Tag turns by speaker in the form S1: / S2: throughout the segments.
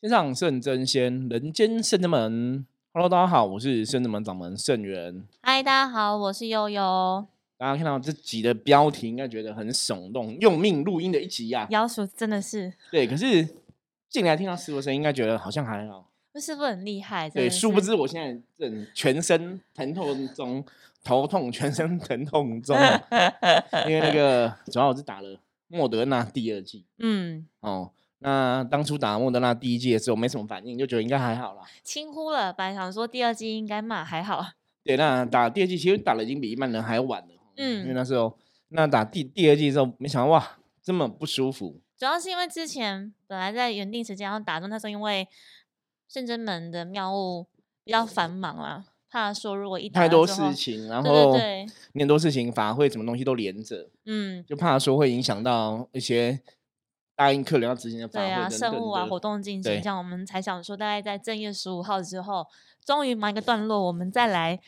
S1: 天上圣真仙，人间圣真门。Hello，大家好，我是圣真门掌门圣元。
S2: 嗨，大家好，我是悠悠。
S1: 大家看到这集的标题，应该觉得很耸动，用命录音的一集呀、
S2: 妖叔真的是，
S1: 对，可是进来听到师傅声音，应该觉得好像还好。
S2: 那师傅很厉害，真
S1: 对，
S2: 的是
S1: 殊不知我现在正全身疼痛中，头痛，全身疼痛中啊、 因为那个主要我是打了莫德纳第二剂
S2: 嗯，
S1: 哦。那当初打莫德纳第一剂的时候没什么反应，就觉得应该还好啦。
S2: 轻忽了，本来想说第二季应该骂还好，
S1: 对，那打第二季其实打的已经比一般人还晚了，嗯，因为
S2: 嗯
S1: 那时候那打第第二季之后，没想到哇这么不舒服，
S2: 主要是因为之前本来在原定时间要打中，但是因为圣真门的庙务比较繁忙啊，怕说如果一打
S1: 太
S2: 了
S1: 多
S2: 之
S1: 事
S2: 后，
S1: 情，然
S2: 对
S1: 后
S2: 对对，
S1: 你很多事情法会什么东西都连着，
S2: 嗯，
S1: 就怕说会影响到一些答应客人要执行的法
S2: 对啊，
S1: 会等
S2: 圣
S1: 等
S2: 物啊，
S1: 的
S2: 活动进
S1: 对
S2: 行，这样我们才想说，大概在正月十五号之后，终于忙一个段落，我们再来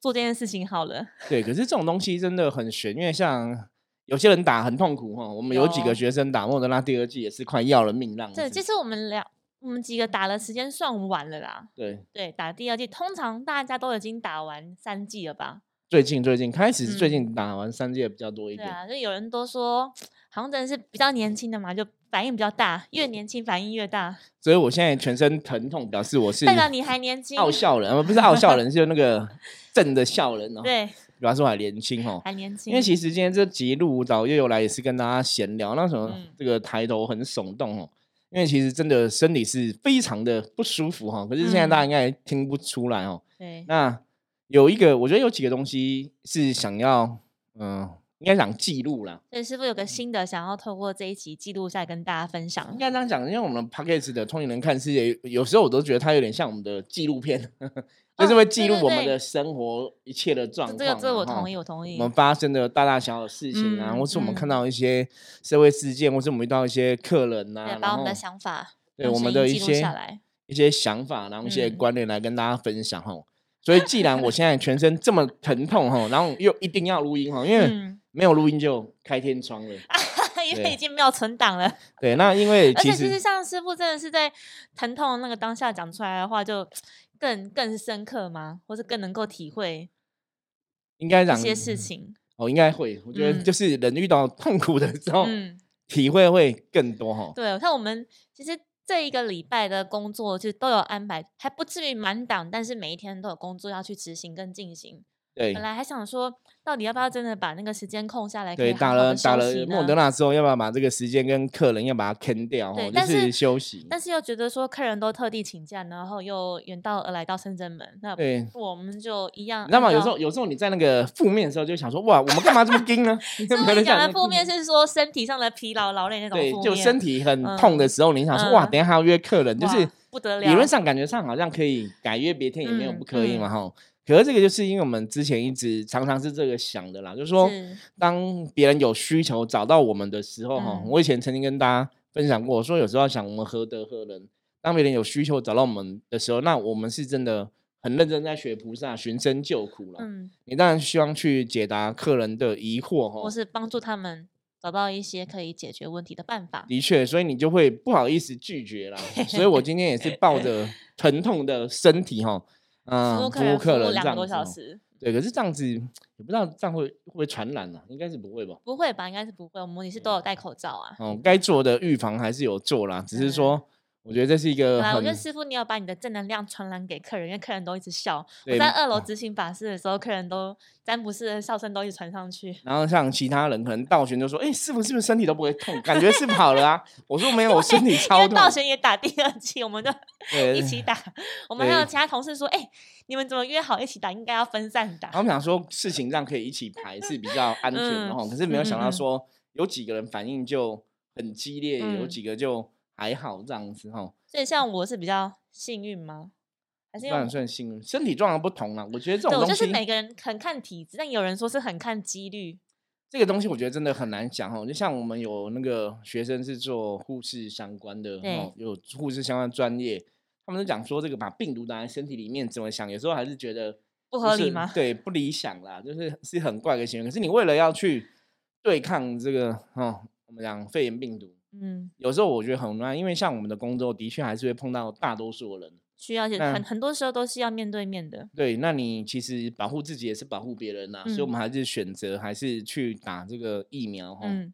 S2: 做这件事情好了。
S1: 对，可是这种东西真的很悬，因为像。有些人打很痛苦哈，我们有几个
S2: 有
S1: 学生打莫德纳第二季也是快要了命那样子。
S2: 对，其实我们聊，我们几个打的时间算晚了啦。
S1: 对，
S2: 对，打第二季，通常大家都已经打完三季了吧？
S1: 最近最近开始是最
S2: 嗯
S1: 近打完三季的比较多一
S2: 对
S1: 点。
S2: 啊，就有人都说，好像真的是比较年轻的嘛，就反应比较大，越年轻反应越大，
S1: 所以我现在全身疼痛，表示我是
S2: 代表你还年轻。
S1: 傲笑人，呃 不是傲笑人，是那个正的笑人哦。，
S2: 对，
S1: 比方说我还年轻哦。
S2: 还年轻。
S1: 因为其实今天这集录找又有来也是跟大家闲聊，那什么
S2: 嗯
S1: 这个抬头很耸动哦，因为其实真的身体是非常的不舒服哈、哦，可是现在大家应该也听不出来哦。
S2: 对，
S1: 那有一个，我觉得有几个东西是想要，嗯、应该想记录啦，
S2: 所以师傅有个新的，想要透过这一集记录下来跟大家分
S1: 应
S2: 享。
S1: 该这样讲，因为我们 p a c k a g e 的通灵人看世界，有时候我都觉得它有点像我们的纪录片， 就是
S2: 哦
S1: 会记
S2: 对
S1: 录
S2: 对
S1: 我们
S2: 对
S1: 的生活一切的状
S2: 这
S1: 况。
S2: 这个，这个我同
S1: 意。
S2: 意，我同意
S1: 我。们发生的大大小小的事情啊，
S2: 嗯
S1: 或是我们看
S2: 嗯
S1: 到一些社会事件，或是我们遇到一些客人啊，
S2: 对，
S1: 然
S2: 把我
S1: 后
S2: 们的想法
S1: 对
S2: 用
S1: 我
S2: 声
S1: 们
S2: 音
S1: 的一
S2: 记录
S1: 些
S2: 下来。
S1: 一些想法，然后一些
S2: 嗯
S1: 观念来跟大家分享吼。所以，既然我现在全身这么疼痛吼，然后又一定要录音吼，因为
S2: 嗯，
S1: 没有录音就开天窗了。
S2: 因
S1: 对
S2: 为已经没有存档了。
S1: 对，那因为
S2: 而
S1: 其
S2: 且其
S1: 实
S2: 实像师傅真的是在疼痛的那个当下讲出来的话，就更更深刻吗？或是更能够体会
S1: 应该
S2: 一
S1: 讲
S2: 些事情？
S1: 哦，应该会。我觉得
S2: 嗯
S1: 就是人遇到痛苦的时候，
S2: 嗯，
S1: 体会会更多哈。
S2: 对，像我们其实这一个礼拜的工作就都有安排，还不至于满档，但是每一天都有工作要去执行跟进行。
S1: 对
S2: 本来还想说，到底要不要真的把那个时间空下来，可
S1: 对，
S2: 以好
S1: 打
S2: 好
S1: 了
S2: 地
S1: 打
S2: 休
S1: 了
S2: 息
S1: 莫
S2: 呢
S1: 德纳之后，要不要把这个时间跟客人要把它坑掉
S2: 对
S1: 哈，就
S2: 但是
S1: 休息。
S2: 但是又觉得说客人都特地请假，然后又远道而来到深圳门，那
S1: 对。
S2: 我们就一样。
S1: 你知道吗？有时候，有时候你在那个负面的时候，就想说，哇，我们干嘛这么盯呢？
S2: 师
S1: 没
S2: 傅
S1: 人
S2: 你讲
S1: 想
S2: 的负面是说身体上的疲劳、劳累那种
S1: 对，
S2: 负面，
S1: 就身体很痛的时候，你想说，
S2: 嗯
S1: 哇，等一下还要约客人，就
S2: 哇
S1: 是
S2: 不得了。
S1: 理论上感觉上好像可以改约别天，也没有
S2: 嗯
S1: 不可以嘛哈。可是这个就是因为我们之前一直常常是这个想的啦，就是说，哦
S2: 是
S1: 当别人有需求找到我们的时候，哈、
S2: 嗯
S1: 我以前曾经跟大家分享过，我说有时候要想我们何德何能，当别人有需求找到我们的时候，那我们是真的很认真在学菩萨，寻声救苦了。
S2: 嗯，
S1: 你当然希望去解答客人的疑惑，哈
S2: 或，是帮助他们找到一些可以解决问题的办法。
S1: 的确，所以你就会不好意思拒绝 啦。所以我今天也是抱着 疼痛的身体，哈，嗯、
S2: 服
S1: 服
S2: 务客
S1: 务
S2: 人服
S1: 客人
S2: 务
S1: 这
S2: 两个
S1: 样
S2: 多
S1: 子
S2: 小
S1: 哦，
S2: 时，
S1: 对，可是这样子也不知道这样会会不会传染啊？应该是不会吧。
S2: 不会吧？应该是不会，我们也是都有戴口罩啊。
S1: 哦，该做的预防还是有做啦，只是
S2: 嗯
S1: 说，我觉得这是一
S2: 本
S1: 个
S2: 来啊我
S1: 很
S2: 觉得师傅你有把你的正能量传染给客人，因为客人都一直笑。
S1: 对哦
S2: 我在二楼执行法事的时候，客人都詹姆斯的笑声都一直传上去。
S1: 然后像其他人可能道玄就说，哎、师傅是不是身体都不会痛？感觉是好了啊。 我说没有，我身体
S2: 因
S1: 超
S2: 为
S1: 痛。
S2: 道玄也打第二季，我们就
S1: 对
S2: 一起打。我们还有
S1: 对
S2: 其他同事说，哎、你们怎么约好一起打？应该要分散打
S1: 然后。我们想说事情这样可以一起排是比较安全的
S2: 嗯
S1: 哈、可是没有想
S2: 嗯
S1: 到
S2: 嗯嗯
S1: 说有几个人反应就很激烈，有
S2: 嗯
S1: 几个就还好这样子哈，
S2: 所以像我是比较幸运吗？还是因为
S1: 算
S2: 我
S1: 算幸运，身体状况不同啦。我觉得这
S2: 对
S1: 种
S2: 我
S1: 东
S2: 就是
S1: 西，
S2: 每个人很看体质，但有人说是很看几率。
S1: 这个东西我觉得真的很难讲哦。就像我们有那个学生是做护士相关的，
S2: 对
S1: 哦，有护士相关专业，他们都讲说这个把病毒打在身体里面怎么想，有时候还是觉得
S2: 不
S1: 就
S2: 合理
S1: 是
S2: 吗
S1: 对，不理想啦，就是是很怪的行为。可是你为了要去对抗这个哦，我们讲肺炎病毒，
S2: 嗯，
S1: 有时候我觉得很无奈，因为像我们的工作的确还是会碰到大多数的人。
S2: 需要一些
S1: 那
S2: 很很多时候都是要面对面的，
S1: 对，那你其实保护自己也是保护别人呐、所以我
S2: 嗯
S1: 们还是选择还是去打这个疫苗哦哈。
S2: 嗯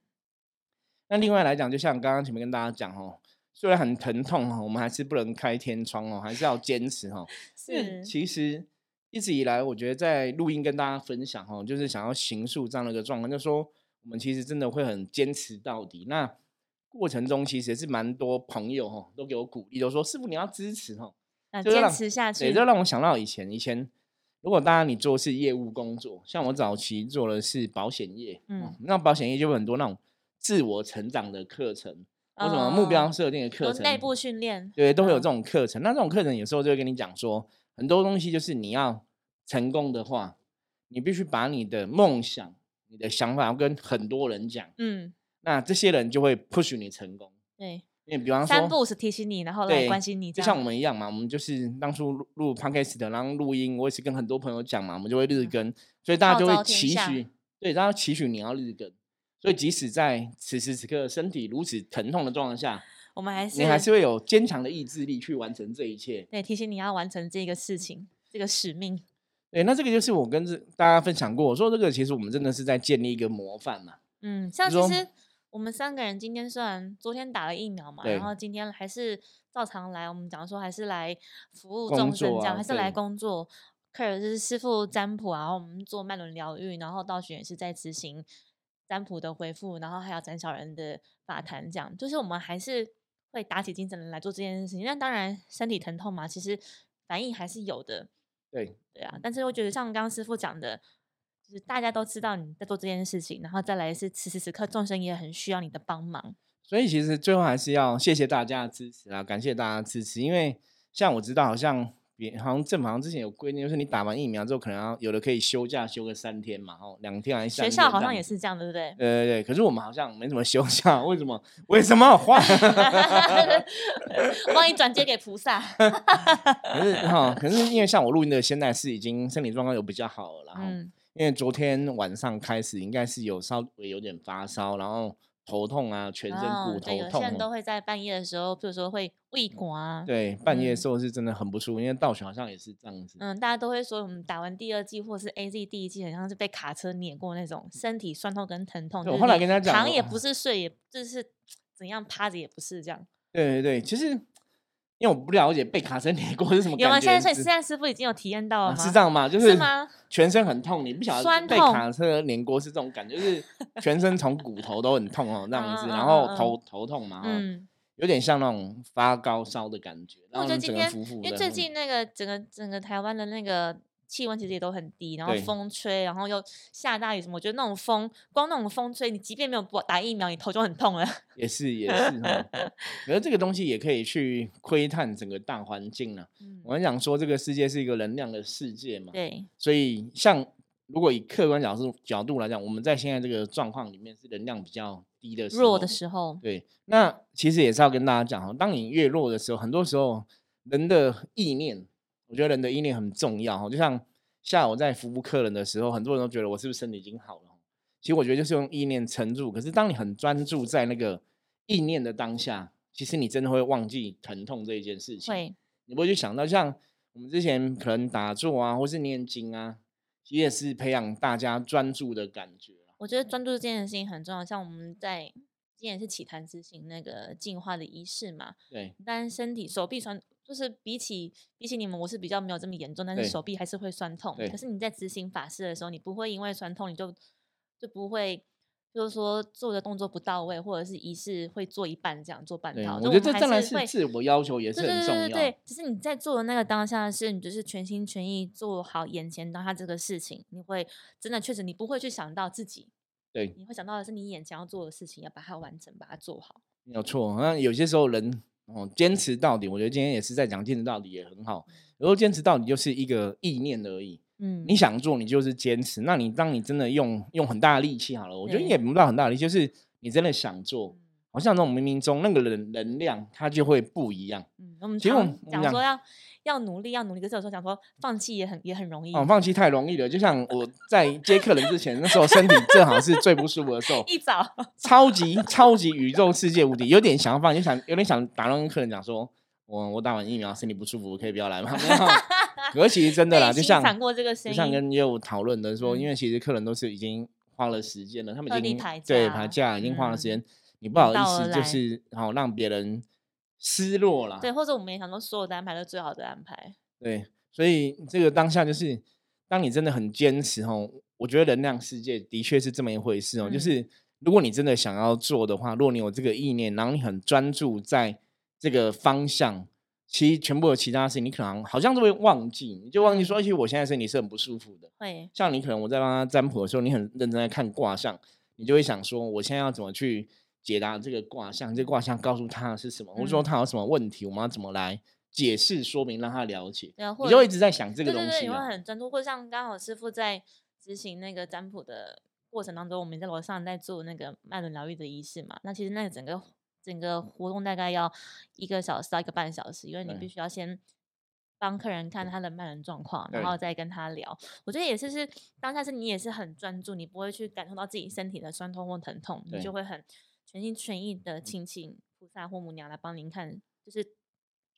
S1: 那另外来讲，就像刚刚前面跟大家讲哦，虽然很疼痛哦，我们还是不能开天窗哦，还是要坚持哦。因为
S2: 是，
S1: 其实一直以来，我觉得在录音跟大家分享哦，就是想要形塑这样的一个状况，就说我们其实真的会很坚持到底。那过程中其实也是蛮多朋友哦，都给我鼓励，都说师傅你要支持哦。
S2: 那
S1: 就是
S2: 坚
S1: 让
S2: 持下
S1: 对，
S2: 去，
S1: 这让我想到以前，以前如果大家你做的是业务工作，像我早期做的是保险业，嗯
S2: 嗯，
S1: 那保险业就有很多那种自我成长的课程，或什么目标
S2: 哦
S1: 设定的课
S2: 有
S1: 程，
S2: 内部训练，
S1: 对，都会有
S2: 嗯
S1: 这种课程。那这种课程有时候就会跟你讲说，很多东西就是你要成功的话，你必须把你的梦想、你的想法要跟很多人讲，
S2: 嗯，
S1: 那这些人就会 push 你成功。
S2: 对，
S1: 因为比方说，
S2: 三步是提醒你，然后来
S1: 对
S2: 关心你，
S1: 就
S2: 这
S1: 像我
S2: 样
S1: 们一样嘛，我们就是当初录录 podcast 的，然后录音，我也是跟很多朋友讲嘛，我们就会日更，所以大家
S2: 嗯号
S1: 就会
S2: 召天
S1: 期
S2: 下
S1: 许，对，大家期许你要日更，所以即使在此时此刻身体如此疼痛的状况下，
S2: 我们还是
S1: 你还是会有坚强的意志力去完成这一切。
S2: 对提醒你要完成这个事情，这个使命，
S1: 对，那这个就是我跟这大家分享过，我说这个其实我们真的是在建立一个模范嘛，
S2: 嗯，像
S1: 你
S2: 其
S1: 说
S2: 实我们三个人今天虽然昨天打了疫苗嘛，
S1: 对
S2: 然后今天还是照常来，我们讲说还是来服务
S1: 工
S2: 众生
S1: 作
S2: 这样，
S1: 啊
S2: 还是来
S1: 对嗯
S2: 工作。科尔就是师傅占卜啊，然后我们做脉轮疗愈，然后道玄也是在执行占卜的回复，然后还有斩小人的法坛，这样就是我们还是会打起精神来做这件事情。那当然身体疼痛嘛，其实反应还是有的，
S1: 对，嗯
S2: 对啊，但是我觉得像刚刚师傅讲的，就是大家都知道你在做这件事情，然后再来是此时此刻众生也很需要你的帮忙。
S1: 所以其实最后还是要谢谢大家的支持啊，感谢大家的支持，因为像我知道好像别好像政府好像之前有规定，就是你打完疫苗之后可能要有的可以休假休个三天嘛，哦，两天还是三天
S2: 学校好
S1: 这样
S2: 像也。是这样，对 不对？
S1: 对对对，可是我们好像没怎么休假，为什么？为什么？换？
S2: 我帮你转接给 菩萨。
S1: 可是哈、可是因为像我录音的现在是已经身体状况有比较好了啦，然后、
S2: 嗯，
S1: 因为昨天晚上开始应该是有稍微有点发烧，然后头痛啊，全身
S2: 哦
S1: 骨
S2: 对，
S1: 头
S2: 有
S1: 痛
S2: 些人
S1: 哦、嗯
S2: 都会在半夜的时候，比如说会胃管啊。
S1: 对，半夜的
S2: 嗯
S1: 时候是真的很不舒服，因为道玄好像也是这样子。
S2: 嗯，大家都会说我们打完第二季或是 A Z 第一季，很像是被卡车碾过那种身体酸痛跟疼痛。
S1: 对
S2: 就
S1: 我
S2: 是
S1: 后来
S2: 你
S1: 跟他讲啊
S2: 躺
S1: 我
S2: 也不是，睡也就是怎样趴着也不是这样。
S1: 对对对，其实因为我不了解被卡车碾 过是什么
S2: 有
S1: 感
S2: 吗？
S1: 觉，
S2: 现在现
S1: 只
S2: 在师傅已经有体验到了
S1: 啊
S2: 吗？
S1: 是这样吗？就是
S2: 吗？
S1: 全身很痛，你不晓得
S2: 酸
S1: 被
S2: 痛
S1: 卡车碾过是这种感觉，就是 全身从骨头都很痛哦，这样子，
S2: 嗯
S1: 然
S2: 嗯
S1: 后
S2: 嗯
S1: 头头痛嘛，哦
S2: 嗯，
S1: 有点像那种发高烧的感觉，然
S2: 我
S1: 后
S2: 觉得
S1: 你
S2: 今
S1: 整个
S2: 天
S1: 浮浮的。
S2: 因为最
S1: 嗯
S2: 近那个整个整个台湾的那个气温其实也都很低，然后
S1: 对
S2: 风吹，然后又下大雨什么，我觉得那种风光那种风吹，你即便没有打打疫苗，你头就很痛了。
S1: 也是也是 哈，可是这个东西也可以去窥探整个大环境啊。
S2: 嗯
S1: 我们讲说这个世界是一个能量的世界嘛，
S2: 对，
S1: 所以像如果以客观角度角度来讲，我们在现在这个状况里面是能量比较低的时候
S2: 弱的时候，
S1: 对，那其实也是要跟大家讲哈，当你越弱的时候，很多时候人的意念，我觉得人的意念很重要哈。就像下午在服务客人的时候，很多人都觉得我是不是身体已经好了？其实我觉得就是用意念撑住。可是当你很专注在那个意念的当下，其实你真的会忘记疼痛这一件事情。
S2: 会
S1: 你不会去想到，像我们之前可能打坐啊，或是念经啊，其实也是培养大家专注的感觉啊。
S2: 我觉得专注这件事情很重要。像我们在今年是起坛执行那个净化的仪式嘛，
S1: 对，
S2: 但身体手臂酸，就是比起比起你们，我是比较没有这么严重，但
S1: 对
S2: 是手臂还是会酸痛
S1: 对。
S2: 可是你在执行法事的时候，你不会因为酸痛你就就不会，就是说做的动作不到位，或者是仪式会做一半这样做半
S1: 对，
S2: 套。
S1: 我
S2: 就
S1: 觉得这
S2: 们还
S1: 当然
S2: 是
S1: 是
S2: 会
S1: 自我要求也是
S2: 对
S1: 很
S2: 对
S1: 重要。
S2: 对对对，只是你在做的那个当下是，你就是全心全意做好眼前当下这个事情，你会真的确实你不会去想到自己，
S1: 对
S2: 你会想到的是你眼前要做的事情，要把它完成，把它做好。
S1: 没有错。那有些时候人哦，坚持到底，我觉得今天也是在讲坚持到底也很好。有时候坚持到底就是一个意念而已，
S2: 嗯，
S1: 你想做你就是坚持。那你当你真的用用很大的力气好了，我觉得
S2: 对嗯
S1: 也不到很大的力气，就是你真的想做，好像那种冥冥中那个人能量，它就会不一样。
S2: 嗯，我们
S1: 其实我们
S2: 常
S1: 我们
S2: 讲
S1: 讲
S2: 说要要努力，要努力，可是有时候讲说放弃也很也很容易，
S1: 哦，放弃太容易了，就像我在接客人之前，那时候身体正好是最不舒服的时候，
S2: 一早
S1: 超级超级宇宙世界无敌，有点想法，就想有点想打断客人讲说，我我打完疫苗身体不舒服，可以不要 来吗？没有可是其实真的啦，
S2: 内
S1: 就
S2: 心
S1: 像
S2: 闪过这个声
S1: 就像
S2: 音
S1: 跟业务讨论的说，因
S2: 嗯
S1: 为其实客人都是已经花了时间了，他们
S2: 特
S1: 已
S2: 地
S1: 经
S2: 排
S1: 对
S2: 假
S1: 排假已经花了时
S2: 嗯
S1: 间，你不好
S2: 道
S1: 意
S2: 而
S1: 思就
S2: 来
S1: 是好让别人失落啦。
S2: 对，或者我们也想说所有的安排都是最好的安排，
S1: 对，所以这个当下就是，当你真的很坚持哦，我觉得能量世界的确是这么一回事哦，就
S2: 嗯
S1: 是如果你真的想要做的话，如果你有这个意念，然后你很专注在这个方向。其实全部的其他事情，你可能好像都会忘记，你就忘记说，哎其实我现在身体是很不舒服的。
S2: 会
S1: 像你可能我在帮他占卜的时候，你很认真在看卦象，你就会想说，我现在要怎么去解答这个卦象？这卦象告诉他的是什么，或者说
S2: 嗯
S1: 他有什么问题，我们要怎么来解释说明，让他了解。
S2: 对啊，或
S1: 你
S2: 者
S1: 就会一直在想这个
S2: 对
S1: 东
S2: 对对，
S1: 西
S2: 你会
S1: 啊。
S2: 很专注，或者像刚好师傅在执行那个占卜的过程当中，我们在楼上在做那个脉轮疗愈的仪式嘛，那其实那整个整个活动大概要一个小时到一个半小时，因为你
S1: 对
S2: 必须要先。帮客人看他的脉轮状况，然
S1: 对
S2: 后再跟他聊。我觉得也是，是当下是你也是很专注，你不会去感受到自己身体的酸痛或疼痛，你
S1: 对
S2: 就会很全心全意的请请菩萨或母娘来帮您看，就是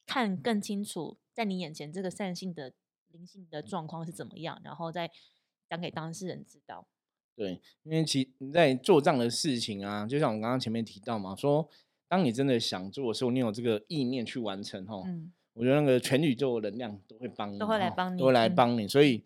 S2: 看更清楚在你眼前这个善性的灵性的状况是怎么样，然后再讲给当事人知道。
S1: 对，因为其你在做这样的事情啊，就像我们刚刚前面提到嘛，说当你真的想做的时候，你有这个意念去完成哦，
S2: 嗯，
S1: 我觉得那个全宇宙的能量都会帮你，
S2: 都会来
S1: 吼
S2: 帮
S1: 都会
S2: 你
S1: 来
S2: 嗯
S1: 帮你。所以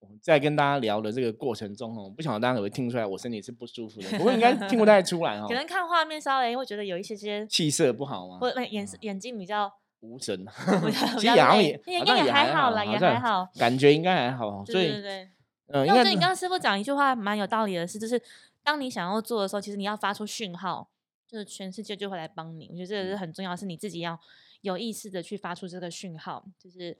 S1: 我在跟大家聊的这个过程中哦，不晓得大家有没有听出来我身体是不舒服的，不过应该听不太出来哦
S2: 可，能看画面稍微会觉得有一些些，
S1: 气色不好嘛，
S2: 或者眼神眼睛比较
S1: 无神，
S2: 比 较比
S1: 其实
S2: 较
S1: 好像
S2: 累
S1: 也
S2: 应
S1: 好
S2: 该
S1: 像
S2: 也还
S1: 还
S2: 好
S1: 好
S2: 啦，也
S1: 像
S2: 还好。
S1: 感觉应该还好哦，
S2: 对
S1: 所以
S2: 对对对。
S1: 嗯，应
S2: 那我觉
S1: 该
S2: 得你
S1: 是
S2: 刚刚师傅讲一句话蛮有道理的是，就是当你想要做的时候，其实你要发出讯号，就是全世界就会来帮你。我觉得这
S1: 嗯
S2: 个是很重要，是你自己要有意识的去发出这个讯号，就是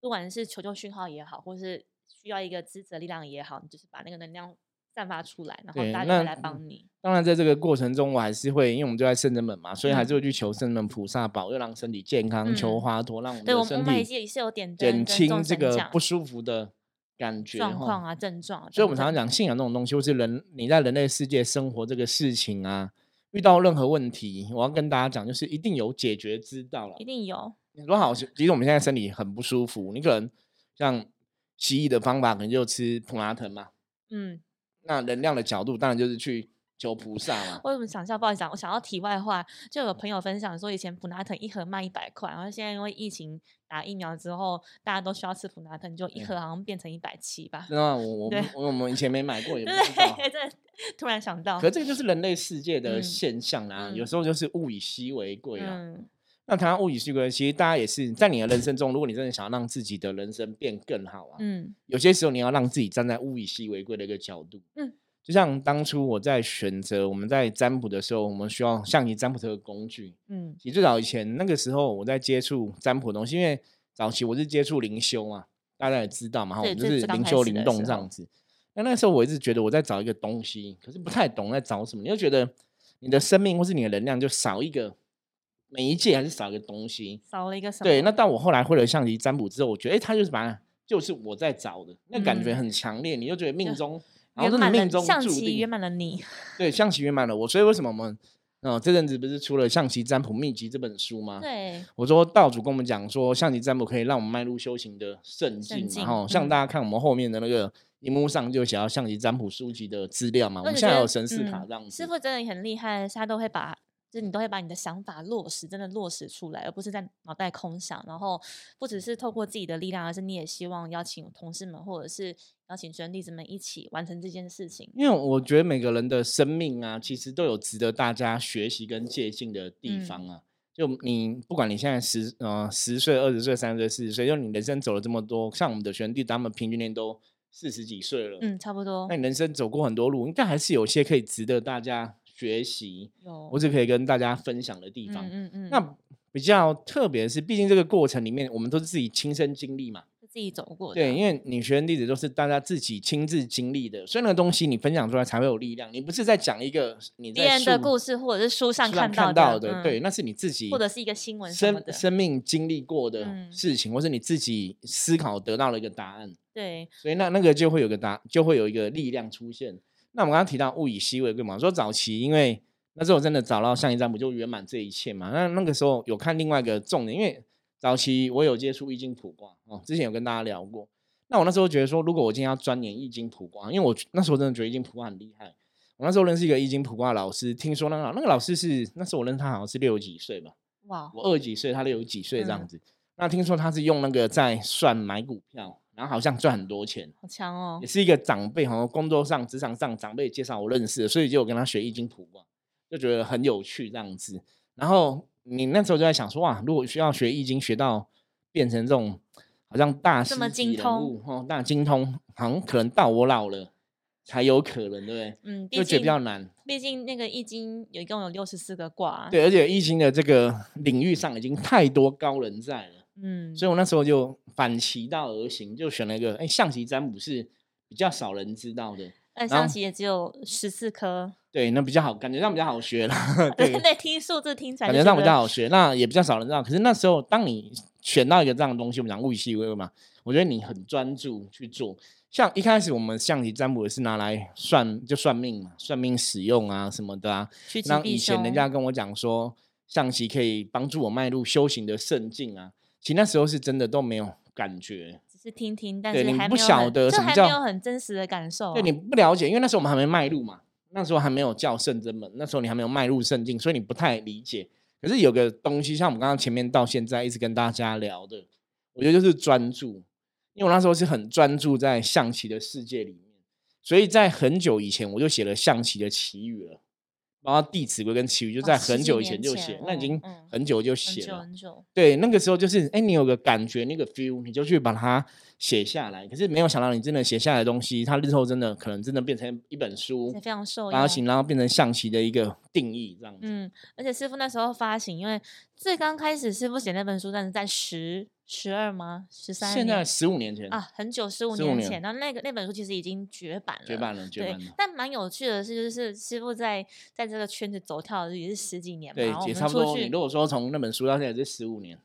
S2: 不管是求救讯号也好，或是需要一个支持的力量也好，你就是把那个能量散发出来，然后
S1: 对
S2: 大家就会
S1: 那
S2: 来帮你。
S1: 当然，在这个过程中，我还是会，因为我们就在圣人门嘛，所以还是
S2: 嗯
S1: 会去求圣人门菩萨保佑，让身体健康，求
S2: 嗯
S1: 花朵，让我们
S2: 对，我
S1: 的
S2: 们我
S1: 身
S2: 们也
S1: 体
S2: 是也是有点
S1: 减
S2: 灯跟众
S1: 轻这
S2: 神
S1: 个
S2: 讲
S1: 不舒服的感觉
S2: 状
S1: 吼
S2: 况啊症状啊
S1: 所以我
S2: 等
S1: 们常常
S2: 等
S1: 讲信仰这种东西，或是人你在人类世界生活这个事情啊，遇到任何问题，我要跟大家讲，就是一定有解决之道了
S2: 一。定有，
S1: 你说好，其实我们现在身体很不舒服，你可能像西医的方法，可能就吃普拉腾嘛。
S2: 嗯，
S1: 那能量的角度，当然就是去求菩萨嘛。
S2: 我怎么想笑？不好意思啊，我想要题外话，就
S1: 嗯
S2: 有朋友分享说，以前普拿疼一盒卖一百块，然后现在因为疫情打疫苗之后，大家都需要吃普拿疼，就一
S1: 对
S2: 盒好像变成一百七 吧。
S1: 真的吗？我我
S2: 对
S1: 不我我们以前没买过，也不知道。
S2: 对，这突然想到
S1: 可，这个就是人类世界的
S2: 嗯
S1: 现象啦、有
S2: 嗯
S1: 时候就是物以稀为贵啦。
S2: 嗯，
S1: 那谈到物以稀为贵，其实大家也是在你的人生中，如果你真的想要让自己的人生变更好啊，
S2: 嗯
S1: 有些时候你要让自己站在物以稀为贵的一个角度。
S2: 嗯，
S1: 就像当初我在选择我们在占卜的时候，我们需要像你占卜这个工具，
S2: 嗯
S1: 其实最早以前那个时候，我在接触占卜的东西，因为早期我是接触灵修嘛，大家也知道嘛，哈我
S2: 对
S1: 们就
S2: 最
S1: 是
S2: 最刚
S1: 灵
S2: 开
S1: 修
S2: 始
S1: 灵
S2: 的
S1: 动
S2: 时
S1: 这
S2: 候
S1: 样子。那那时候我一直觉得我在找一个东西，可是不太懂在找什么，你就觉得你的生命或是你的能量就少一个媒介，还是少一个东西。
S2: 少了一个什么？
S1: 对，那到我后来会了象棋占卜之后，我觉得哎，诶它就是把它就是我在找的，那感觉
S2: 嗯
S1: 很强烈，你就觉得命
S2: 就
S1: 中，然后
S2: 圆
S1: 真的
S2: 满
S1: 命
S2: 了
S1: 中
S2: 象
S1: 注
S2: 棋，
S1: 定啊
S2: 圆满了你。
S1: 对，象棋圆满了我，所以为什么我们，嗯、这阵子不是出了《象棋占卜秘籍》这本书吗？
S2: 对，
S1: 我说道主跟我们讲说，象棋占卜可以让我们迈入修行的圣境嘛，
S2: 境
S1: 然后像
S2: 嗯
S1: 大家看我们后面的那个荧幕上就写到象棋占卜书籍的资料嘛，我
S2: 我
S1: 们
S2: 就
S1: 现
S2: 觉
S1: 在
S2: 得
S1: 有神似卡
S2: 嗯
S1: 这样子
S2: 师。傅真的很厉害，他都会把，就是你都会把你的想法落实，真的落实出来，而不是在脑袋空想。然后不只是透过自己的力量，而是你也希望邀请同事们或者是邀请学生弟子们一起完成这件事情。
S1: 因为我觉得每个人的生命啊，其实都有值得大家学习跟借鉴的
S2: 嗯
S1: 地方啊。就你不管你现在十呃十岁、二十岁、三十岁、四十岁，就你人生走了这么多，像我们的学生弟，他们平均年都四十几岁了，
S2: 嗯，差不多
S1: 那。你人生走过很多路，应该还是有些可以值得大家学习，
S2: 有
S1: 或是可以跟大家分享的地方。
S2: 嗯嗯嗯，
S1: 那比较特别的是，毕竟这个过程里面我们都是自己亲身经历嘛，
S2: 自自己走过的啊。
S1: 对，因为你学生弟子都是大家自己亲自经历的，所以那个东西你分享出来才会有力量。你不是在讲一个你在
S2: 别人的
S1: 书
S2: 故事或者是书上
S1: 书上
S2: 看
S1: 看
S2: 到
S1: 的，
S2: 嗯
S1: 对，那是你自己
S2: 或者是一个新闻什么
S1: 生
S2: 的，
S1: 生命经历过的
S2: 嗯
S1: 事情，或是你自己思考得到了一个答案，
S2: 对，
S1: 所以那那个就会有个答，就会有一个力量出现。那我们刚刚提到物以稀为贵嘛，说早期因为那时候我真的找到上一占卜就圆满这一切嘛。那那个时候有看另外一个重点，因为早期我有接触易经卜卦哦，之前有跟大家聊过。那我那时候觉得说，如果我今天要钻研易经卜卦，因为我那时候真的觉得易经卜卦很厉害。我那时候认识一个易经卜卦老师，听说那个老那个老师是那时候我认识他好像是六十几岁吧，
S2: 哇，
S1: 我二几岁，他六十几岁这样
S2: 嗯
S1: 子。那听说他是用那个在算买股票，然后好像赚很多钱，
S2: 好强哦
S1: 也！是一个长辈，好像工作上、职场上长辈介绍我认识的，所以就有跟他学易经卜卦，就觉得很有趣这样子。然后你那时候就在想说，哇，如果需要学易经，学到变成这种好像大师
S2: 这么
S1: 级
S2: 精
S1: 人
S2: 通
S1: 物哦，大精通，好像可能到我老了才有可能，对不对？
S2: 嗯，
S1: 就觉得
S2: 毕竟
S1: 比较难。
S2: 毕竟那个易经有一共有六十四个卦，，
S1: 对，而且易经的这个领域上已经太多高人在了。
S2: 嗯，
S1: 所以我那时候就反其道而行，就选了一个，哎、象棋占卜是比较少人知道的，
S2: 但
S1: 然后
S2: 象棋也只有十四颗，
S1: 对，那比较好，感觉上比较好学啦，
S2: 对
S1: 对，
S2: 对，听数字听起来
S1: 感
S2: 就
S1: 觉
S2: 觉
S1: 上比较
S2: 得
S1: 好学，那也比较少人知道。可是那时候，当你选到一个这样的东西，我们讲物以稀为贵嘛，我觉得你很专注去做。像一开始我们象棋占卜也是拿来算，就算命嘛，算命使用啊什么的啊，
S2: 趋吉
S1: 那
S2: 避
S1: 以前人
S2: 凶
S1: 家跟我讲说，象棋可以帮助我迈入修行的圣境啊，其实那时候是真的都没有感觉，
S2: 只是听听，但
S1: 对
S2: 是
S1: 你
S2: 还
S1: 不
S2: 没有
S1: 晓
S2: 很
S1: 得
S2: 这
S1: 什么
S2: 还
S1: 叫
S2: 没有很真实的感受啊，
S1: 对你不了解，因为那时候我们还没迈入嘛，那时候还没有叫圣真门，那时候你还没有迈入圣境，所以你不太理解。可是有个东西，像我们刚刚前面到现在一直跟大家聊的，我觉得就是专注，因为我那时候是很专注在象棋的世界里面，所以在很久以前我就写了象棋的棋语了，包括《弟子规》跟棋语，就
S2: 哦
S1: 在
S2: 十
S1: 很
S2: 几
S1: 久以
S2: 年
S1: 前就
S2: 前
S1: 写，那已
S2: 嗯
S1: 经
S2: 嗯
S1: 很久就
S2: 很
S1: 写
S2: 久
S1: 了。
S2: 很久，
S1: 对，那个时候就是，哎，你有个感觉，那个 feel，你就去把它写下来。可是没有想到，你真的写下来的东西，它日后真的可能真的变成一本书
S2: 也，非常受
S1: 发
S2: 用。
S1: 行，然后变成象棋的一个定义，这样子。
S2: 嗯，而且师傅那时候发行，因为最刚开始师傅写那本书，但是在十十二吗？十三？
S1: 现在十五年前
S2: 啊，很久，十五
S1: 15
S2: 年
S1: 年
S2: 前，那那个那本书其实已经绝版了，
S1: 绝版了，绝
S2: 对
S1: 版了，。
S2: 但蛮有趣的是，就是师傅在在这个圈子走跳也是十几年嘛，
S1: 对
S2: 然后，我
S1: 也
S2: 们
S1: 差不
S2: 出
S1: 多。你
S2: 去，
S1: 如果说从那本书到现在是十五年，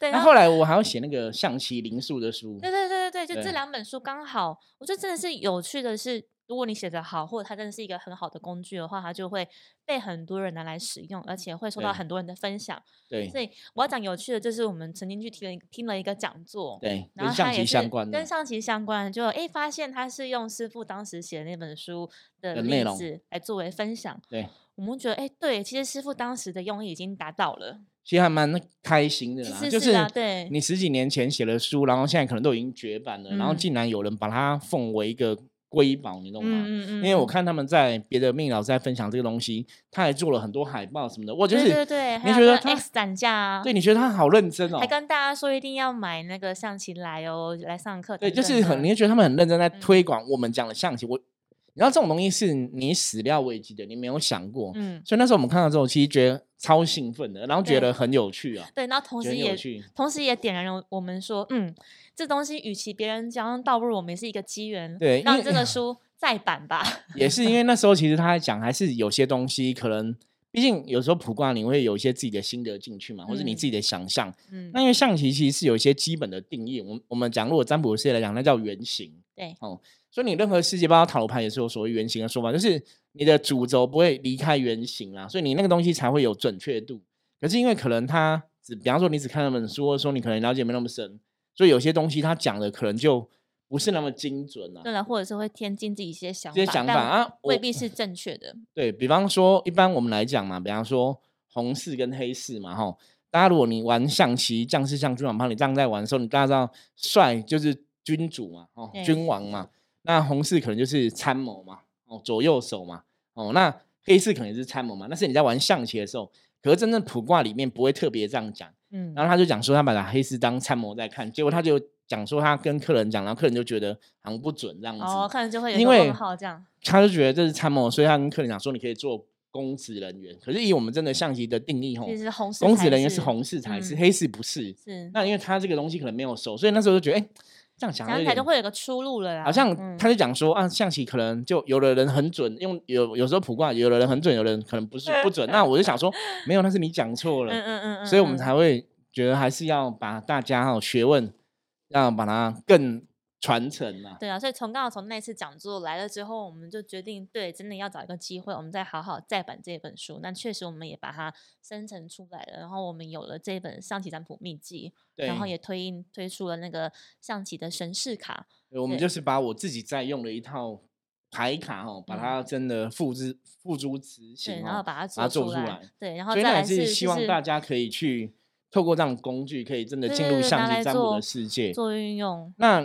S2: 对，
S1: 那
S2: 然
S1: 后
S2: 后
S1: 来我还要写那个象棋零数的书
S2: 对，对对对对，就
S1: 对
S2: 这两本书刚好，我觉得真的是有趣的是，如果你写的好，或者它真的是一个很好的工具的话，它就会被很多人拿来使用，而且会受到
S1: 对
S2: 很多人的分享。
S1: 对
S2: 所以我要讲有趣的，就是我们曾经去听了一听了一个讲座，
S1: 对，
S2: 然
S1: 跟
S2: 后
S1: 象
S2: 它
S1: 棋
S2: 也
S1: 相
S2: 是
S1: 关的
S2: 跟。象棋相关，就诶发现他是用师傅当时写的那本书的
S1: 的内
S2: 例
S1: 容
S2: 子来作为分享。
S1: 对，
S2: 我们觉得诶对，其实师傅当时的用意已经达到了。
S1: 其实还蛮开心的
S2: 其
S1: 啦，
S2: 实
S1: 就是
S2: 啊对
S1: 你十几年前写的书，然后现在可能都已经绝版了，然后
S2: 嗯
S1: 竟然有人把它奉为一个瑰宝，你懂吗？
S2: 嗯
S1: 因为我看他们在别的命老师在分享这个东西，他还做了很多海报什么的，我就是
S2: 对对对，还
S1: 你
S2: 有
S1: 觉得
S2: 那
S1: 他
S2: X 展架啊，
S1: 对，你觉得他好认真哦
S2: 还，跟大家说一定要买那个象棋来哦，来上课等
S1: 对，
S2: 等的。
S1: 就是很，你就觉得他们很认真在
S2: 嗯
S1: 推广我们讲的象棋。我，你知道这种东西是你始料未及的，你没有想过，
S2: 嗯，
S1: 所以那时候我们看到之后，其实觉得超兴奋的，然后觉
S2: 对
S1: 得很有趣啊，
S2: 对，然后同
S1: 觉得
S2: 时
S1: 很有
S2: 也
S1: 趣。
S2: 同时也点燃了我们说，嗯，这东西与其别人讲，倒不如我们也是一个机缘，
S1: 对因
S2: 让
S1: 为
S2: 这 个书再版吧。
S1: 也是因为那时候其实他在讲，还是有些东西可能，毕竟有时候卜卦你会有一些自己的心得进去嘛，或是你
S2: 嗯
S1: 自己的想象。
S2: 嗯
S1: 那，因为象棋其实是有一些基本的定义，我们我们讲，如果占卜师来讲，那叫原型。
S2: 对
S1: 哦，所以你任何世界包括塔罗牌也是有所谓原型的说法，就是你的主轴不会离开原型啦，所以你那个东西才会有准确度。可是因为可能他只，比方说你只看那本书，或者说你可能了解没那么深，所以有些东西他讲的可能就不是那么精准啊。
S2: 对了，或者是会添进自己一些想
S1: 这些想法
S2: 但
S1: 啊，我
S2: 未必是正确的。
S1: 对比方说，一般我们来讲嘛，比方说红四跟黑四嘛，吼，大家如果你玩象棋、将士、象君王，帮你这样在玩的时候，你大家知道帅就是君主嘛，哦，
S2: 对
S1: 君王嘛，那红四可能就是参谋嘛，哦，左右手嘛，哦，那黑四可能也是参谋嘛，那是你在玩象棋的时候，可是真正卜卦里面不会特别这样讲。
S2: 嗯，
S1: 然后他就讲说他把黑四当参谋在看，结果他就讲说他跟客人讲，然后客人就觉得好像不准这样子。
S2: 哦，看了就会有一
S1: 因
S2: 个
S1: 为
S2: 问号这样。
S1: 他就觉得这是参谋，所以他跟客人讲说你可以做公职人员。可是以我们真的象棋的定义吼
S2: 其，实红色
S1: 哦公
S2: 才
S1: 职人员是红四才是、
S2: 嗯
S1: 黑四不是。
S2: 是
S1: 那因为他这个东西可能没有熟，所以那时候就觉得，哎、这样想
S2: 讲
S1: 有
S2: 起来
S1: 点
S2: 就会有个出路了啦。
S1: 好像
S2: 嗯
S1: 他就讲说、啊，象棋可能就有的人很准，用有有时候卜卦，有的人很准，有的人可能不是不 准。那我就想说，没有，那是你讲错了，
S2: 嗯嗯嗯嗯，
S1: 所以我们
S2: 嗯
S1: 才会觉得还是要把大家哦学问要把它更传承啊。
S2: 对啊，所以从刚好从那次讲座来了之后，我们就决定，对，真的要找一个机会，我们再好好再版这本书。那确实，我们也把它生成出来了，然后我们有了这本象棋占卜秘籍，
S1: 对，
S2: 然后也推印推出了那个象棋的神士卡。
S1: 对我们
S2: 对
S1: 就是把我自己在用的一套牌卡哦，把
S2: 嗯
S1: 它真的付之付诸执行、
S2: 对，
S1: 哦，
S2: 然后把它
S1: 把它做
S2: 出
S1: 出
S2: 来，
S1: 来
S2: 对，然后
S1: 所
S2: 再
S1: 以那
S2: 来
S1: 也
S2: 是
S1: 希
S2: 就
S1: 望
S2: 是
S1: 大家可以去透过这样的工具，可以真的
S2: 对
S1: 进
S2: 对
S1: 入
S2: 对拿
S1: 象棋
S2: 来
S1: 占卜
S2: 做
S1: 的世界。
S2: 做运用，
S1: 那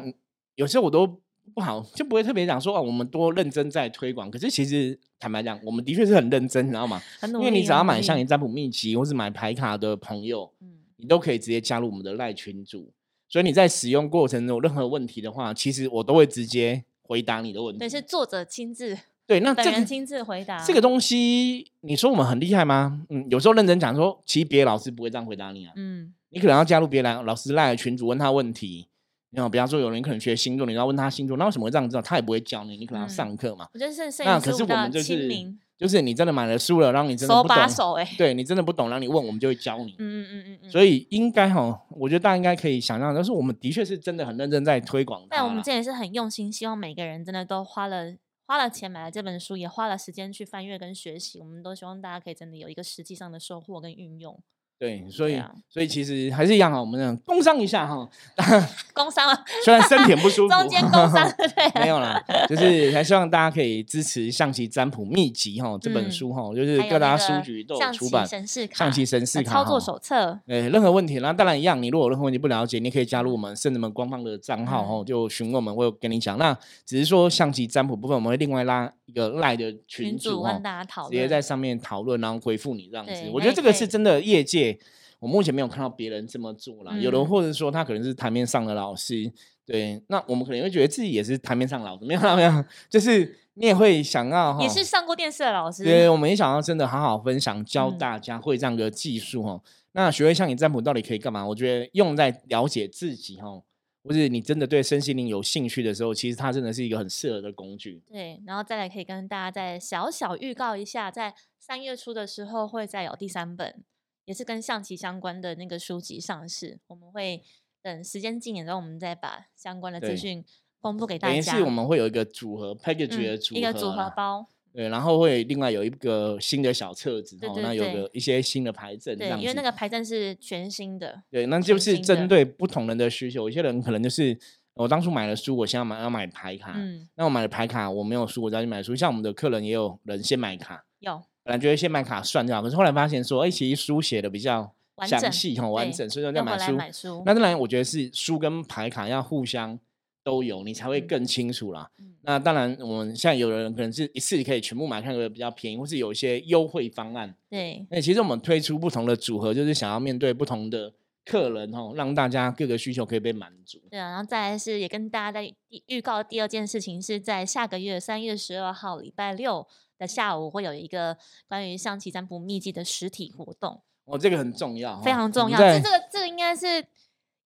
S1: 有时候我都不好，就不会特别讲说哦，我们多认真在推广。可是其实坦白讲，我们的确是很认真，你知道吗？
S2: 很努
S1: 因
S2: 力啊。
S1: 为你只要
S2: 很努
S1: 买象
S2: 力
S1: 棋占卜秘籍，或是买牌卡的朋友，
S2: 嗯，
S1: 你都可以直接加入我们的赖群组。所以你在使用过程中有任何问题的话，其实我都会直接回答你的问题。
S2: 对，是作者亲自
S1: 对， 那
S2: 本
S1: 这
S2: 人
S1: 个
S2: 亲自回答
S1: 这个东西，你说我们很厉害吗？嗯，有时候认真讲说，其实别的老师不会这样回答你啊。
S2: 嗯，
S1: 你可能要加入别人老师赖的群组，问他问题。然后，比方说有人可能学星座，你要问他星座，那为什么会这样知道？他也不会教你，你可能要
S2: 嗯
S1: 上课嘛。
S2: 我觉得是摄
S1: 那
S2: 影
S1: 可
S2: 师
S1: 是
S2: 比
S1: 我
S2: 较
S1: 们就
S2: 亲
S1: 是
S2: 民，
S1: 就是你真的买了书了，让你真的
S2: 手
S1: 不懂，
S2: 把手哎、欸，
S1: 对你真的不懂，让你问，我们就会教 你。
S2: 嗯嗯嗯嗯嗯。
S1: 所以应该哈，我觉得大家应该可以想象，但是我们的确是真的很认真在推广它啦。
S2: 但我们这也是很用心，希望每个人真的都花了花了钱买了这本书，也花了时间去翻阅跟学习。我们都希望大家可以真的有一个实际上的收获跟运用。
S1: 对，所以、
S2: 啊
S1: 所以其实还是一样哈，我们这样工商一下哈，
S2: 工伤了，
S1: 虽然身体很不舒服，
S2: 中间工 伤了，
S1: 没
S2: 对啊，
S1: 有啦，就是还希望大家可以支持《象棋占卜秘籍》哈这本
S2: 嗯
S1: 书哈，就是
S2: 还有
S1: 各大
S2: 那
S1: 书
S2: 个
S1: 局都有
S2: 象
S1: 出
S2: 棋
S1: 版
S2: 神士卡
S1: 象棋神士
S2: 呃
S1: 卡
S2: 操作
S1: 哈
S2: 手册，
S1: 对，任何问题，那当然一样。你如果有任何问题不了解，你可以加入我们圣人门官方的账
S2: 嗯
S1: 号哦，就询问我们，我有跟你讲。那只是说象棋占卜部分，我们会另外拉一个赖的群
S2: 群
S1: 组
S2: 主
S1: 哦
S2: 跟，大家讨
S1: 直接
S2: 论，
S1: 在上面讨论，然后回复你这样子
S2: 对。
S1: 我觉
S2: 那
S1: 得
S2: 也
S1: 这个
S2: 可
S1: 是
S2: 以
S1: 真的业界，我目前没有看到别人这么做啦。有人
S2: 嗯
S1: 或者说他可能是台面上的老师，对，那我们可能会觉得自己也是台面上老师，没有啦没有啦，就是你也会想要哈
S2: 也是上过电视的老师，
S1: 对，我们也想要真的好好分享，教
S2: 嗯
S1: 大家会这样的技术哦。那学会像你占卜到底可以干嘛？我觉得用在了解自己哦，或是你真的对身心灵有兴趣的时候，其实它真的是一个很适合的工具。
S2: 对，然后再来可以跟大家再小小预告一下，在三月初的时候会再有第三本，也是跟象棋相关的那个书籍上市。我们会等时间近点之后，我们再把相关的
S1: 对
S2: 资讯公布给大
S1: 等于
S2: 家。
S1: 是我们会有一个组合 package 的
S2: 嗯
S1: 组合、
S2: 一个组合。包，
S1: 对，然后会另外有一个新的小册子，
S2: 对
S1: 哦，
S2: 对
S1: 那有
S2: 对
S1: 个一些新的牌阵这
S2: 对
S1: 样，子。
S2: 因为那个牌阵是全新的，
S1: 对，那就
S2: 全
S1: 是
S2: 新
S1: 针
S2: 的
S1: 对不同人的需求。有些人可能就是我当初买了书，我现在买要买牌卡。
S2: 嗯，
S1: 那我买了牌卡，我没有书，我再去买书。像我们的客人也有人先买卡，
S2: 有
S1: 本来觉得先买卡算就好，可是后来发现说，哎、其实书写的比较
S2: 完
S1: 详
S2: 整
S1: 细、很完
S2: 对
S1: 整，所以说再
S2: 要
S1: 买
S2: 回来
S1: 书。
S2: 买书，
S1: 那当然，我觉得是书跟牌卡要互相都有，你才会
S2: 嗯
S1: 更清楚啦。
S2: 嗯
S1: 那当然，我们现在有的人可能是一次可以全部买，看个比较便宜，或是有一些优惠方案。
S2: 对，
S1: 那其实我们推出不同的组合，就是想要面对不同的客人哦，让大家各个需求可以被满足。
S2: 对啊，然后再来是也跟大家在预预告第二件事情是在下个月三月十二号礼拜六的下午会有一个关于象棋占卜秘籍的实体活动，
S1: 哦，这个很重要哦，
S2: 非常重要。
S1: 对
S2: 这这个这个应该是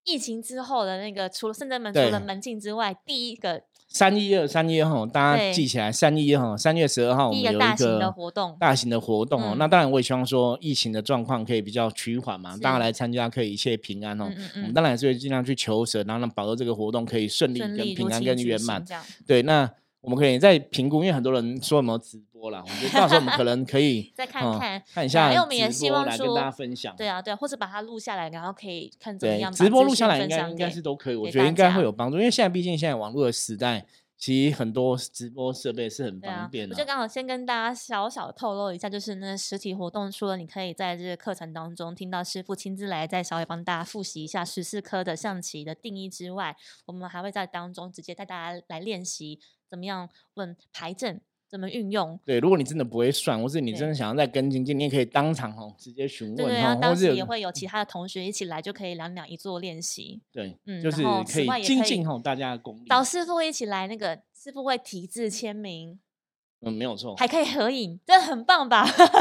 S2: 疫情之后的那个，除了圣真门除
S1: 对
S2: 了门禁之外，第一个
S1: 三一二三一二哈，大家
S2: 对
S1: 记起来，三一二哈，三月十二号我
S2: 第
S1: 们
S2: 一
S1: 有
S2: 个
S1: 一
S2: 大型的
S1: 个
S2: 活动。
S1: 大型的活动哦。
S2: 嗯
S1: 那当然，我也希望说疫情的状况可以比较趋缓嘛，
S2: 是
S1: 大家来参加可以一切平安哦。
S2: 嗯嗯
S1: 我们
S2: 嗯，
S1: 当然也是会尽量去求神，然后让保佑这个活动可以顺利、
S2: 顺
S1: 跟
S2: 利
S1: 平
S2: 如
S1: 安、
S2: 期
S1: 跟
S2: 举
S1: 圆
S2: 行
S1: 满。
S2: 这样
S1: 对，那我们可以再评估，因为很多人说有没有直播啦，我觉得到时候我们可能可 以
S2: 再看
S1: 嗯
S2: 看
S1: 看一
S2: 对啊
S1: 下，
S2: 因为我们也希望
S1: 来跟
S2: 说
S1: 大家分享。
S2: 对啊，对啊，或者把它录下来，然后可以看怎么
S1: 对
S2: 样，把
S1: 直播
S2: 资
S1: 录下来
S2: 讯分
S1: 应该
S2: 享
S1: 应该
S2: 给
S1: 是都可以，我
S2: 给
S1: 觉得
S2: 大
S1: 应该会
S2: 家
S1: 有帮助，因为现在毕竟现在网络的时代，其实很多直播设备是很
S2: 对
S1: 方
S2: 啊
S1: 便，
S2: 我
S1: 的、
S2: 就刚好先跟大家小小透露一下，就是那实体活动，除了你可以在这个课程当中听到师傅亲自来，再稍微帮大家复习一下十四颗的象棋的定义之外，我们还会在当中直接带大家来练习怎么样问牌阵，怎么运用。
S1: 对，如果你真的不会算，或是你真的
S2: 对
S1: 想要再跟进进，你也可以当场哦直接询
S2: 对
S1: 问
S2: 对，然
S1: 哦，
S2: 后
S1: 或
S2: 当
S1: 是
S2: 时也会有其他的同学一起来，就可以两两一做练习。
S1: 对，
S2: 嗯
S1: 就
S2: 然
S1: 是
S2: 后
S1: 可
S2: 此外
S1: 以
S2: 也
S1: 精
S2: 可以
S1: 进哦大家的功力。
S2: 找师傅一起来，那个师傅会题字签名，
S1: 嗯，没有错。
S2: 还可以合影，这很棒吧？
S1: 嗯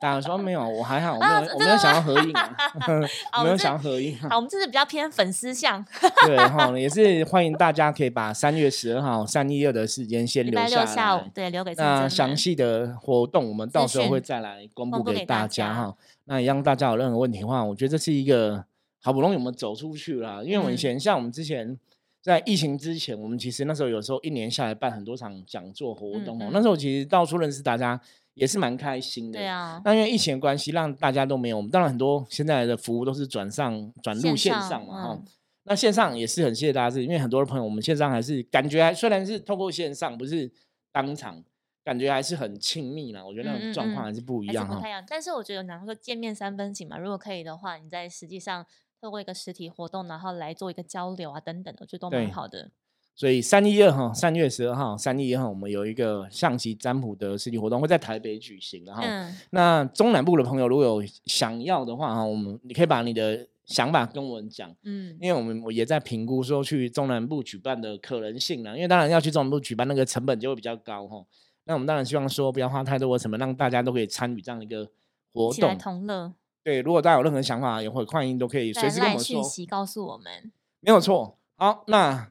S1: 大家说哦没有，我还好，我没有，
S2: 啊
S1: 我
S2: 真
S1: 没
S2: 的
S1: 有想要
S2: 吗，
S1: 合影、啊
S2: 好
S1: 我没
S2: 我
S1: 有
S2: 这
S1: 想要合影、啊。
S2: 好，我们这是比较偏粉丝向，
S1: 对哈，也是欢迎大家可以把三月十二号、三一二的时间先
S2: 礼
S1: 留
S2: 拜六
S1: 下
S2: 下午
S1: 来。
S2: 对留给郑
S1: 那
S2: 真
S1: 详
S2: 们
S1: 细的活动，我们到
S2: 资
S1: 时候会
S2: 讯
S1: 再来公布
S2: 公布
S1: 给
S2: 给大
S1: 大家
S2: 家
S1: 哈。那也让大家有任何问题的话，我觉得这是一个好不容易我们走出去啦。因为我们以
S2: 嗯
S1: 前、像我们之前在疫情之前，我们其实那时候有时候一年下来办很多场讲座活
S2: 嗯
S1: 动哦、
S2: 嗯
S1: 那时候其实到处认识大家，也是蛮开心的。
S2: 对啊，
S1: 那因为疫情的关系，让大家都没有。我们当然很多现在的服务都是转上转入
S2: 线
S1: 线
S2: 上
S1: 上嘛哈、
S2: 嗯
S1: 那线上也是很谢谢大家支持，因为很多的朋友我们线上还是感觉还虽然是透过线上，不是当场，感觉还是很亲密啦。我觉得那
S2: 嗯
S1: 种
S2: 嗯
S1: 状况
S2: 嗯
S1: 还是不一
S2: 还是
S1: 样哦
S2: 不
S1: 哈、
S2: 太一样。但是我觉得，然后见面三分情嘛，如果可以的话，你在实际上透过一个实体活动，然后来做一个交流啊等等的，我觉得都蛮
S1: 对
S2: 好的。
S1: 所以三一二哈，三月十二号、三一二号，我们有一个象棋占卜的实体活动会在台北举行，然后、
S2: 嗯，
S1: 那中南部的朋友如果有想要的话哈，我们你可以把你的想法跟我们讲。
S2: 嗯，
S1: 因为我们我也在评估说去中南部举办的可能性啊啦，因为当然要去中南部举办那个成本就会比较高哈。那我们当然希望说不要花太多的成本，让大家都可以参与这样的一个活
S2: 一起来
S1: 动。
S2: 同乐，
S1: 对，如果大家有任何想法，也会欢迎都可以随
S2: 对，
S1: 时跟我
S2: 赖
S1: 们说
S2: 讯，息告诉我们。
S1: 没有错。好，那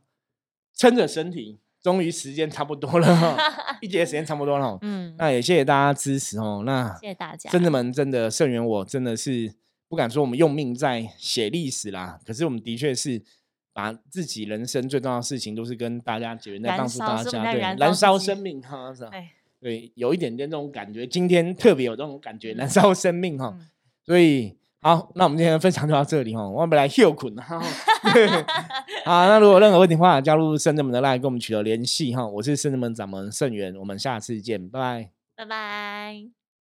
S1: 撑着身体，终于时间差不多了 哈，一节时间差不多了哦。
S2: 嗯，
S1: 那也谢谢大家支持哦。那
S2: 谢谢大家。
S1: 真的们真的盛元，我真的是不敢说我们用命在写历史啦，可是我们的确是把自己人生最重要的事情都是跟大家结缘，在
S2: 燃
S1: 帮助
S2: 烧
S1: 大
S2: 是我
S1: 家，
S2: 们在
S1: 对，
S2: 燃
S1: 燃
S2: 烧
S1: 烧
S2: 自己
S1: 生命哈，是吧
S2: 对，
S1: 对，有一点点这种感觉，今天特别有这种感觉，燃烧生命哈，
S2: 嗯
S1: 所以。好，那我们今天的分享就到这里哈，我们来休困哈。 好，那如果有任何问题的话，加入圣人们的 line 跟我们取得联系哈。我是圣人们掌门盛元，我们下次见，拜拜。
S2: 拜拜。